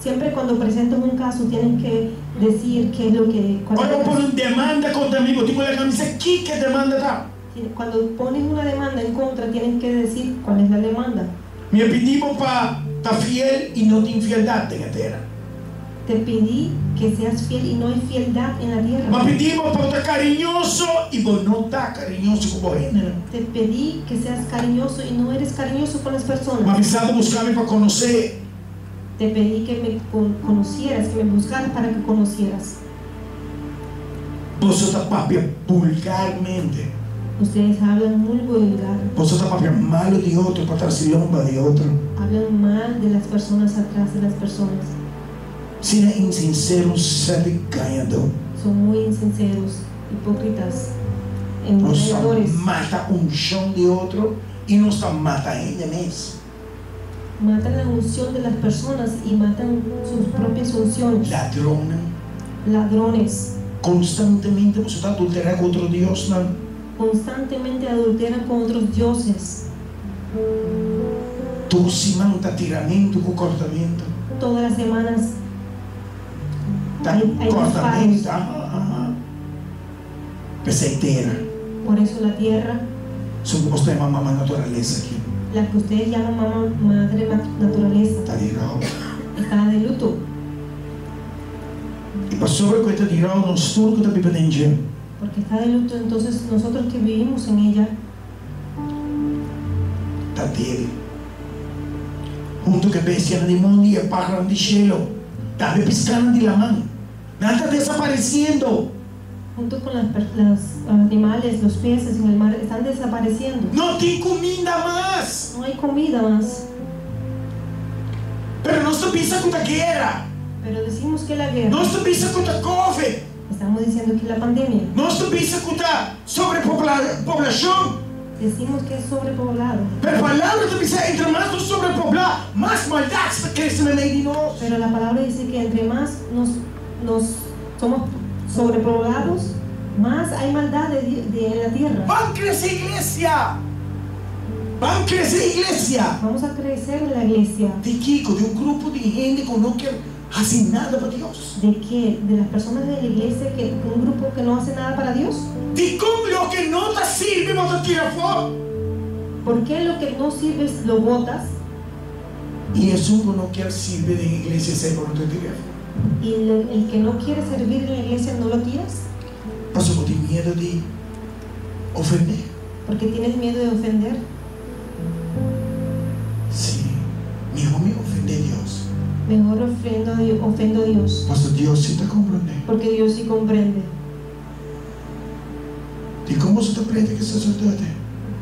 [SPEAKER 1] Siempre cuando presentan un caso tienen que decir qué es lo que... cuál es la
[SPEAKER 2] Ahora
[SPEAKER 1] razón.
[SPEAKER 2] ponen demanda contra mí, contigo la camisa, Kiko demanda está.
[SPEAKER 1] Cuando pones una demanda en contra, tienen que decir cuál es la demanda.
[SPEAKER 2] Me pedimos para estar fiel y no de infidelidad en la tierra.
[SPEAKER 1] Te pedí que seas fiel y no hay fieldad en la
[SPEAKER 2] Me
[SPEAKER 1] tierra.
[SPEAKER 2] pedimos para estar cariñoso y vos no estás cariñoso como género.
[SPEAKER 1] Te pedí que seas cariñoso y no eres cariñoso con las
[SPEAKER 2] Me
[SPEAKER 1] personas.
[SPEAKER 2] avisado buscarme para conocer.
[SPEAKER 1] Te pedí que me con- conocieras, que me buscaras para que conocieras.
[SPEAKER 2] Vos sos papi vulgarmente.
[SPEAKER 1] Ustedes hablan muy vulgar,
[SPEAKER 2] Vos sos papi malo de otro, para estar silomba de otro.
[SPEAKER 1] hablan mal de las personas atrás de las personas.
[SPEAKER 2] Sin insincero, ser engañador.
[SPEAKER 1] Son muy insinceros, hipócritas,
[SPEAKER 2] Nos
[SPEAKER 1] engañadores.
[SPEAKER 2] mata un chão de outro e nos mata ainda mesmo.
[SPEAKER 1] Matan la unción de las personas y matan sus propias unciones.
[SPEAKER 2] Ladrão,
[SPEAKER 1] Ladrones.
[SPEAKER 2] constantemente você está adulterando com outro Deus. Não.
[SPEAKER 1] constantemente adulteran con otros dioses.
[SPEAKER 2] Tu se manda tiramento com cortamento.
[SPEAKER 1] Todas las semanas
[SPEAKER 2] Tá?
[SPEAKER 1] Aí- aí
[SPEAKER 2] cortamento.
[SPEAKER 1] faz.
[SPEAKER 2] Ah, ah, ah. Peseteira.
[SPEAKER 1] Por eso la tierra,
[SPEAKER 2] Sobre você é mamãe natureza aqui.
[SPEAKER 1] la que ustedes llaman mamá, madre nat- naturaleza,
[SPEAKER 2] Está de rau.
[SPEAKER 1] está de luto.
[SPEAKER 2] E passou a coisa de rau nos turcos da Bibelândia.
[SPEAKER 1] Porque está de luto, entonces nosotros que vivimos en ella,
[SPEAKER 2] Está dele. Junto que bestiana de mundo e pájaro de gelo. Está piscando de la mão. Nada está desapareciendo.
[SPEAKER 1] junto con las, per- las- los animales, los peces en el mar, están desapareciendo.
[SPEAKER 2] No tem comida mais.
[SPEAKER 1] No hay comida más.
[SPEAKER 2] Pero nós estamos pensando contra a guerra.
[SPEAKER 1] Pero decimos que la guerra,
[SPEAKER 2] Nós estamos pensando contra a Covid.
[SPEAKER 1] estamos diciendo que la pandemia,
[SPEAKER 2] Nós estamos pensando contra a sobrepopulação.
[SPEAKER 1] decimos que es sobrepoblado.
[SPEAKER 2] Pero a palavra está pensando, entre mais nós sobrepoblar, mais maldade está crescendo no meio de nós.
[SPEAKER 1] Pero la palabra dice que entre más nos, nos somos sobrepoblados, más hay maldad de, de- en la tierra.
[SPEAKER 2] Vão crescer igreja. Vão crescer igreja.
[SPEAKER 1] Vamos a crecer en la iglesia.
[SPEAKER 2] De Kiko, de um grupo de gente que não quer fazer nada para Deus.
[SPEAKER 1] ¿De qué? ¿De las personas de la iglesia que un grupo que no hace nada para Dios?
[SPEAKER 2] De como o que não te serve, você tira fora.
[SPEAKER 1] ¿Por qué lo que no sirves lo botas
[SPEAKER 2] E isso que não quer servir de igreja, você não te tira fora.
[SPEAKER 1] y el, el que no quiere servir en la iglesia no lo tiras?
[SPEAKER 2] Pasó por ti miedo de ofender.
[SPEAKER 1] Porque tienes miedo de ofender.
[SPEAKER 2] Sí, mi hijo me ofende a Dios.
[SPEAKER 1] Mejor ofendo a, Dios, ofendo a Dios.
[SPEAKER 2] Pastor, Dios sí te comprende.
[SPEAKER 1] Porque Dios sí comprende.
[SPEAKER 2] ¿Y cómo se te prende que sacerdote?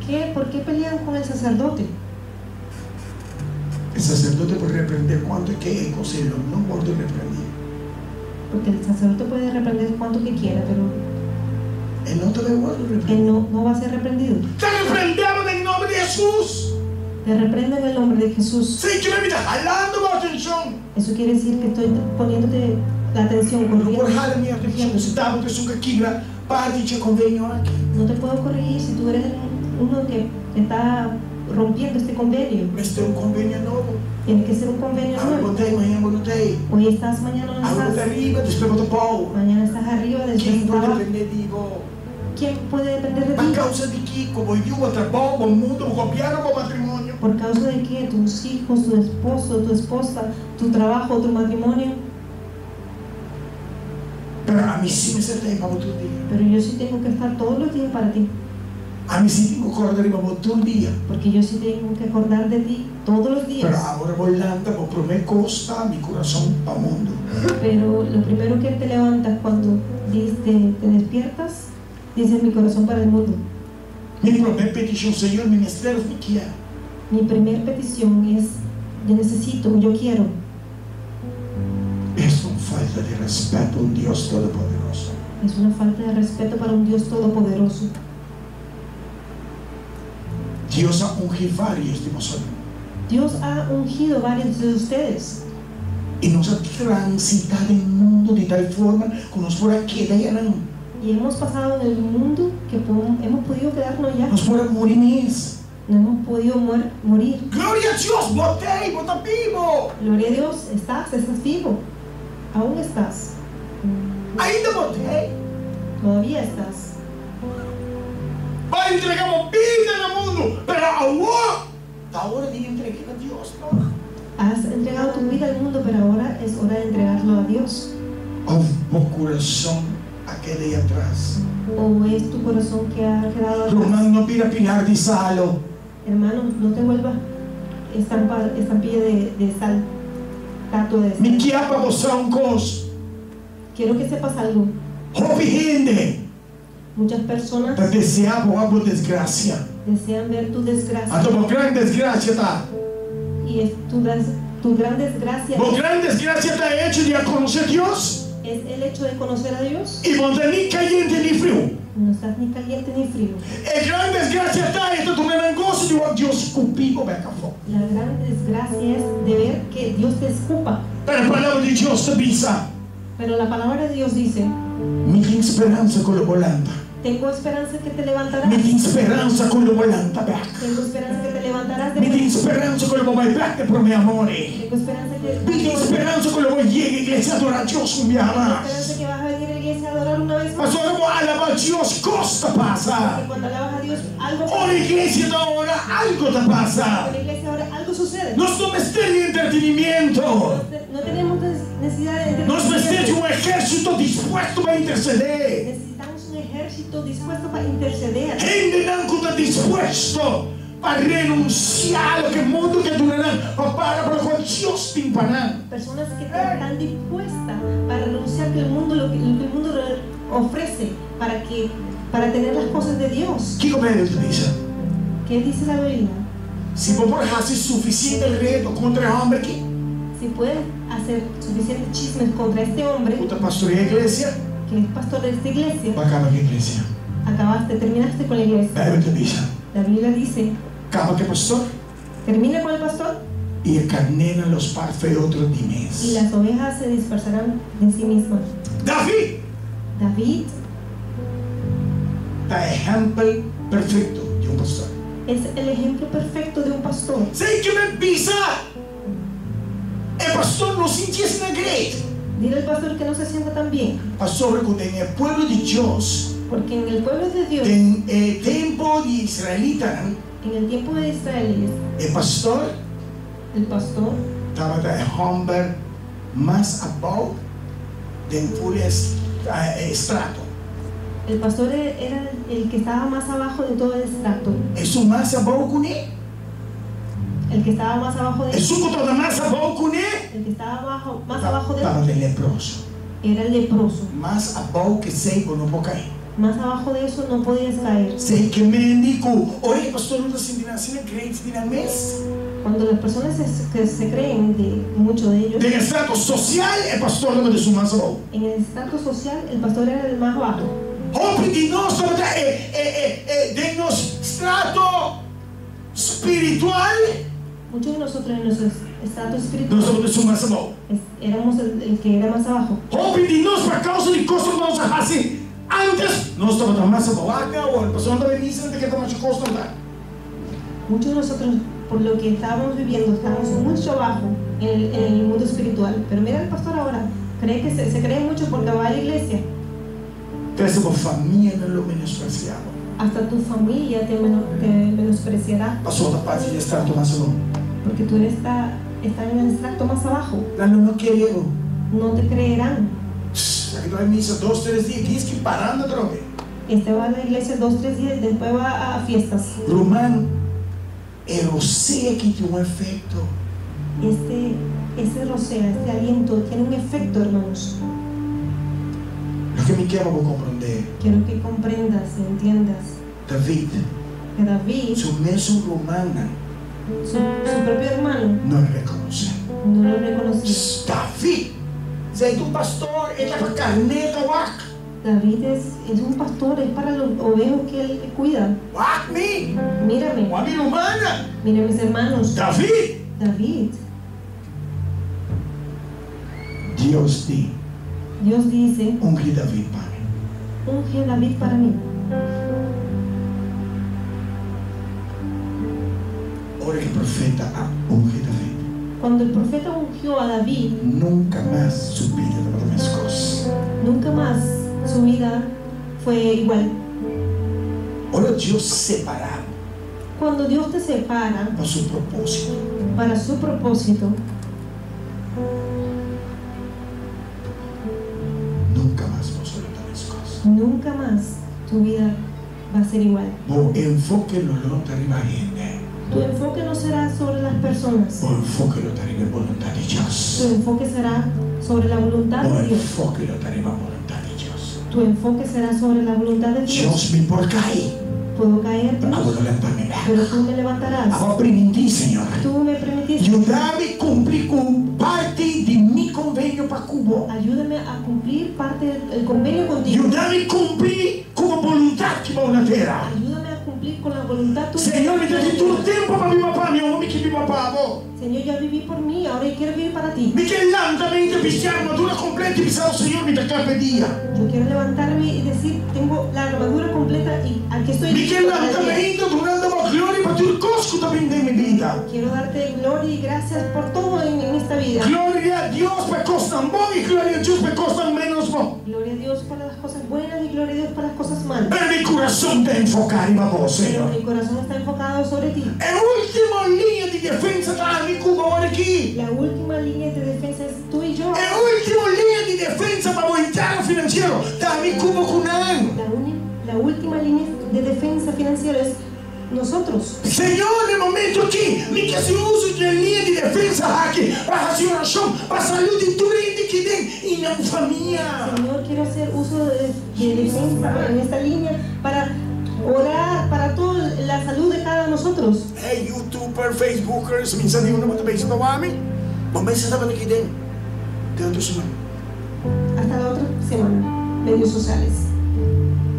[SPEAKER 1] ¿Qué? ¿Por qué pelean con el sacerdote?
[SPEAKER 2] El El sacerdote puede reprender cuanto que es posible, no guardo reprendido.
[SPEAKER 1] Porque el sacerdote puede reprender cuanto que quiera, pero
[SPEAKER 2] Él no te guardo
[SPEAKER 1] él
[SPEAKER 2] reprendido.
[SPEAKER 1] no, no va a ser reprendido.
[SPEAKER 2] Te reprendemos en nombre de Jesús.
[SPEAKER 1] Te reprendo en el nombre de Jesús.
[SPEAKER 2] Sí, yo le invito, jalando mi atención.
[SPEAKER 1] Eso quiere decir que estoy poniéndote la atención,
[SPEAKER 2] No puedo
[SPEAKER 1] corriendo.
[SPEAKER 2] jalar mi atención. Se está porque su quibra, né? parte de convenio aquí.
[SPEAKER 1] No te puedo corregir si tú eres el- uno que está rompiendo este convenio.
[SPEAKER 2] Este es un convenio nuevo.
[SPEAKER 1] Tiene que ser un convenio
[SPEAKER 2] Ahora
[SPEAKER 1] nuevo.
[SPEAKER 2] Ah, botei, mañana botei.
[SPEAKER 1] Hoy estás, mañana no
[SPEAKER 2] Ahora botei
[SPEAKER 1] estás.
[SPEAKER 2] arriba, después botei pau. é
[SPEAKER 1] Mañana estás arriba, después
[SPEAKER 2] ¿Quién
[SPEAKER 1] estás
[SPEAKER 2] puede
[SPEAKER 1] abajo.
[SPEAKER 2] depender de vos?
[SPEAKER 1] ¿Quién puede depender de
[SPEAKER 2] A
[SPEAKER 1] ti?
[SPEAKER 2] causa de que, como yo, a trabajo, o mundo, o copiaram o matrimonio.
[SPEAKER 1] ¿Por causa de qué? ¿Tus hijos, tu esposo, tu esposa, tu trabajo, tu matrimonio?
[SPEAKER 2] Pero a mí sí me sentei para todo día.
[SPEAKER 1] Pero yo sí tengo que estar todos los días para ti.
[SPEAKER 2] A mí sí tengo que acordar para todo día.
[SPEAKER 1] Porque yo sí tengo que acordar de ti todos los
[SPEAKER 2] Pero
[SPEAKER 1] días.
[SPEAKER 2] ahora volando, por me costa, mi corazón para mundo.
[SPEAKER 1] Pero lo primero que te levantas cuando dices- te, te despiertas, dices mi corazón para el mundo.
[SPEAKER 2] Mi primeira petição, Senhor, ministério, o que é?
[SPEAKER 1] Mi primer petición es, yo necesito, yo quiero.
[SPEAKER 2] É uma falta de respeito a um Deus Todo-Poderoso.
[SPEAKER 1] Es una falta de respeto para un Dios todopoderoso.
[SPEAKER 2] Deus a unge vários de nós.
[SPEAKER 1] Dios ha ungido varios de ustedes
[SPEAKER 2] E nós a transitar em mundo de tal forma que nós fora quedarão.
[SPEAKER 1] y hemos pasado en el mundo que po- hemos podido quedarnos ya.
[SPEAKER 2] Nós fora morir nisso.
[SPEAKER 1] No hemos podido muer- morir.
[SPEAKER 2] Glória a Deus, botei, bota vivo.
[SPEAKER 1] Gloria a Dios, estás, estás vivo. Aún estás.
[SPEAKER 2] Ainda botei.
[SPEAKER 1] Todavía estás.
[SPEAKER 2] Vai entregar uma vida no mundo. Pera, agora. Está hora de entregar a Deus, não?
[SPEAKER 1] Has entregado tu vida al mundo, pero ahora es hora de entregarlo a Dios.
[SPEAKER 2] Oh, meu coração, aquele aí atrás.
[SPEAKER 1] ¿O es tu corazón que ha quedado atrás?
[SPEAKER 2] Romano, pira, pinar de salo.
[SPEAKER 1] Hermano, no te vuelvas estampa, estampilla de, de sal. Tatua de
[SPEAKER 2] Me
[SPEAKER 1] sal.
[SPEAKER 2] quiapa bosancos.
[SPEAKER 1] Quiero que sepas algo.
[SPEAKER 2] Houve gente
[SPEAKER 1] Muchas personas
[SPEAKER 2] para desear por alguma desgraça.
[SPEAKER 1] desean ver tu
[SPEAKER 2] A
[SPEAKER 1] desgracia
[SPEAKER 2] tua grande desgraça tá.
[SPEAKER 1] y es tu, des- tu gran desgracia
[SPEAKER 2] Tua grande desgraça tá hecho de a conhecer Deus
[SPEAKER 1] es el hecho de conocer a Dios.
[SPEAKER 2] e montar nem caliente nem frio.
[SPEAKER 1] No estás ni caliente ni frío.
[SPEAKER 2] A grande desgraça tá hecho do meu negócio de o Deus cumprir como é que foi.
[SPEAKER 1] La gran desgracia es de ver que Dios te escupa.
[SPEAKER 2] Para a palavra de Deus te pisa.
[SPEAKER 1] Pero la palabra de Dios dice,
[SPEAKER 2] Minha esperança com o volanta.
[SPEAKER 1] tengo esperanza que te levantarás.
[SPEAKER 2] Minha esperança com o volanta back.
[SPEAKER 1] Tengo esperanza que te levantarás de
[SPEAKER 2] Minha esperanza com o meu back para meu amor. eh.
[SPEAKER 1] Tengo esperanza que
[SPEAKER 2] Minha esperança com o meu llegue igreja adorar Deus com minha
[SPEAKER 1] Tengo
[SPEAKER 2] alma.
[SPEAKER 1] esperanza que vas a venir a la iglesia a adorar una vez más.
[SPEAKER 2] Mas olha como alabar Deus costa
[SPEAKER 1] Que
[SPEAKER 2] passa.
[SPEAKER 1] cuando alabas a Dios, algo
[SPEAKER 2] Olha a igreja da hora, algo te
[SPEAKER 1] En
[SPEAKER 2] passa.
[SPEAKER 1] la iglesia ahora algo sucede.
[SPEAKER 2] Nós não estamos de entretenimento.
[SPEAKER 1] No tenemos necesidad de
[SPEAKER 2] Nós estamos de um exército disposto para interceder.
[SPEAKER 1] Necesitamos un ejército dispuesto para interceder.
[SPEAKER 2] Gente não está disposto para renunciar ao que o mundo que durará ou para para o qual Deus te impará.
[SPEAKER 1] Personas que están dispuestas para renunciar que el mundo lo que, lo que el mundo re- ofrece para que para tener las cosas de Dios.
[SPEAKER 2] Que comédia tu diz?
[SPEAKER 1] ¿Qué dice la Biblia?
[SPEAKER 2] Se vou por fazer suficiente reto contra o homem que
[SPEAKER 1] Si puedes hacer suficientes chismes contra este hombre
[SPEAKER 2] puta pastoreia a igreja,
[SPEAKER 1] que es pastor de esta iglesia,
[SPEAKER 2] acaba com a igreja.
[SPEAKER 1] acabaste, terminaste con la iglesia.
[SPEAKER 2] Bebe tu diz.
[SPEAKER 1] La Biblia dice,
[SPEAKER 2] Acaba com o pastor
[SPEAKER 1] termina con el pastor
[SPEAKER 2] e encarnena los parfe outro de
[SPEAKER 1] y
[SPEAKER 2] mês.
[SPEAKER 1] las ovejas se dispersarán de sí mismas.
[SPEAKER 2] Davi,
[SPEAKER 1] David
[SPEAKER 2] tá exemplo perfeito de um pastor.
[SPEAKER 1] es el ejemplo perfecto de un pastor.
[SPEAKER 2] Sei que me pisa. É pastor não sentia-se na igreja.
[SPEAKER 1] Dile al pastor que no se sienta tan bien,
[SPEAKER 2] Pastor, quando é pueblo de Deus,
[SPEAKER 1] porque en el pueblo de Dios, en
[SPEAKER 2] Tem eh, tempo de israelita, né?
[SPEAKER 1] el tiempo de Israel,
[SPEAKER 2] e pastor
[SPEAKER 1] el pastor
[SPEAKER 2] estava da Homber mais abaixo de folha eh, estrato.
[SPEAKER 1] el pastor era el que estaba más abajo de todo el estrato,
[SPEAKER 2] Isso mais abaixo com ele,
[SPEAKER 1] el que estaba más abajo de
[SPEAKER 2] isso que toda mais abaixo com ele,
[SPEAKER 1] el que estaba abajo, más abajo de
[SPEAKER 2] estava de leproso.
[SPEAKER 1] era el leproso.
[SPEAKER 2] Mais abaixo que sei, eu não vou cair.
[SPEAKER 1] Más abajo de eso no podías caer.
[SPEAKER 2] Sei que mendico. Oi, pastor Lucas Indinacina, crente de mês.
[SPEAKER 1] Cuando las personas se- que se creen, de, muchos de ellos,
[SPEAKER 2] Tem extrato social é pastor do de Sumazol.
[SPEAKER 1] en el estatus social el pastor era el más bajo.
[SPEAKER 2] Roupa de nós é, é, é, é de nós extrato espiritual
[SPEAKER 1] Muchos de nosotros en nuestro estatus
[SPEAKER 2] do
[SPEAKER 1] espiritual
[SPEAKER 2] sobre de Sumazol.
[SPEAKER 1] es- éramos el, el que era más abajo.
[SPEAKER 2] Roupa de nós por causa de coisas que nós arrasem antes. Nós estamos da massa balaca, o pastor da Benícia, que está mais de costa andar.
[SPEAKER 1] Muchos de nosotros, por lo que estábamos viviendo, estábamos mucho abajo en el, en el mundo espiritual. Pero mira el pastor ahora, cree que se, se cree mucho porque va a la iglesia.
[SPEAKER 2] Essa é uma família no menospreciava.
[SPEAKER 1] Hasta tu familia te, meno- te menospreciará
[SPEAKER 2] Pastor da parte de extrato Mazol.
[SPEAKER 1] porque tú eres está, está en el extracto más abajo.
[SPEAKER 2] Lá não queremos.
[SPEAKER 1] No te creerán.
[SPEAKER 2] Aqui nós missa dois, três dias, diz que parando outra vez.
[SPEAKER 1] Este va a la iglesia dos, tres días y después va a fiestas.
[SPEAKER 2] Romano, eu sei que tem um efeito.
[SPEAKER 1] Este, ese rocea, este aliento tiene un efecto, hermanos.
[SPEAKER 2] O que me quero vou compreender.
[SPEAKER 1] Quiero que comprendas, entiendas
[SPEAKER 2] David,
[SPEAKER 1] que David,
[SPEAKER 2] seu mesmo Romano
[SPEAKER 1] su, su propio hermano,
[SPEAKER 2] não reconhece.
[SPEAKER 1] no lo reconocía.
[SPEAKER 2] David, sei do pastor, ele está com a carneta, uac,
[SPEAKER 1] David es, es un pastor, es para los ovejos que él cuida.
[SPEAKER 2] uac me,
[SPEAKER 1] Mírame,
[SPEAKER 2] uma mina humana.
[SPEAKER 1] mira mis hermanos.
[SPEAKER 2] David,
[SPEAKER 1] David,
[SPEAKER 2] Deus te
[SPEAKER 1] Dios dice,
[SPEAKER 2] unge David para mim.
[SPEAKER 1] unge a David para mí.
[SPEAKER 2] Ora que o profeta ah, unge David.
[SPEAKER 1] Cuando el profeta ungió a David,
[SPEAKER 2] Nunca mais subida das minhas costas.
[SPEAKER 1] nunca más su vida fue igual.
[SPEAKER 2] Ora Deus separado
[SPEAKER 1] Cuando Dios te separa
[SPEAKER 2] para o seu propósito.
[SPEAKER 1] para su propósito,
[SPEAKER 2] Nunca mais vou soltar as coisas.
[SPEAKER 1] nunca más tu vida va a ser igual.
[SPEAKER 2] O enfoque no não está arriba gente.
[SPEAKER 1] Tu enfoque no será sobre las personas,
[SPEAKER 2] O enfoque no está arriba voluntad de
[SPEAKER 1] tu
[SPEAKER 2] Deus.
[SPEAKER 1] enfoque será sobre la voluntad
[SPEAKER 2] O
[SPEAKER 1] de Dios.
[SPEAKER 2] enfoque no está arriba voluntad de Deus.
[SPEAKER 1] Tu enfoque será sobre la voluntad de Dios.
[SPEAKER 2] Deus me por cair.
[SPEAKER 1] Puedo caer, Dios,
[SPEAKER 2] Agora levanta-me lá.
[SPEAKER 1] pero tú me levantarás.
[SPEAKER 2] Agora prendi, Senhor.
[SPEAKER 1] Tú me permitiste.
[SPEAKER 2] Ajudar-me a cumprir com parte de meu convênio para Cuba.
[SPEAKER 1] Ayúdame a cumplir parte del el convenio contigo.
[SPEAKER 2] Ajudar-me a cumprir com a voluntad que vão na terra.
[SPEAKER 1] Ayúdame a cumplir con la voluntad tuya.
[SPEAKER 2] Senhor, me dê todo tempo para meu papá, meu homem que me papá,
[SPEAKER 1] Señor, ya viví por mí, ahora yo quiero vivir para ti.
[SPEAKER 2] Me que lentamente pisar a armadura completa e pisar o Senhor me dá cada dia.
[SPEAKER 1] Yo quiero levantarme y decir, tengo la armadura completa y aquí estoy.
[SPEAKER 2] Me
[SPEAKER 1] listo para
[SPEAKER 2] quebrando
[SPEAKER 1] ti.
[SPEAKER 2] também, indo tornando uma glória para ter cosco também da minha vida.
[SPEAKER 1] Quiero darte gloria y gracias por todo en, en esta vida.
[SPEAKER 2] Glória a Deus para costar bom e glória a Deus para costar menos bom.
[SPEAKER 1] Gloria a Dios para las cosas buenas y gloria a Dios para las cosas malas.
[SPEAKER 2] Mas meu coração está enfocado em vós,
[SPEAKER 1] Pero
[SPEAKER 2] Senhor.
[SPEAKER 1] mi corazón está enfocado sobre ti.
[SPEAKER 2] É a última linha de defesa da minha Cuba agora aqui.
[SPEAKER 1] La última línea de defensa es tú y yo.
[SPEAKER 2] É a última linha de defesa para o encargo financeiro da minha Cuba Cunan.
[SPEAKER 1] La, uni- la última línea de defensa financiera es nosotros.
[SPEAKER 2] Senhor, no momento aqui, me que se uso de linha de defesa aqui para a oração, para a saúde de tudo que tem e na família.
[SPEAKER 1] Señor, quiero hacer uso de, de defensa en esta línea para orar para toda la salud de cada de nosotros.
[SPEAKER 2] Hey, YouTuber, Facebookers, minsan di mo naman tabay sa tawami. Mabesa sa panikitin. Kaya ito sa mga.
[SPEAKER 1] Hasta la otra semana. Medios sociales.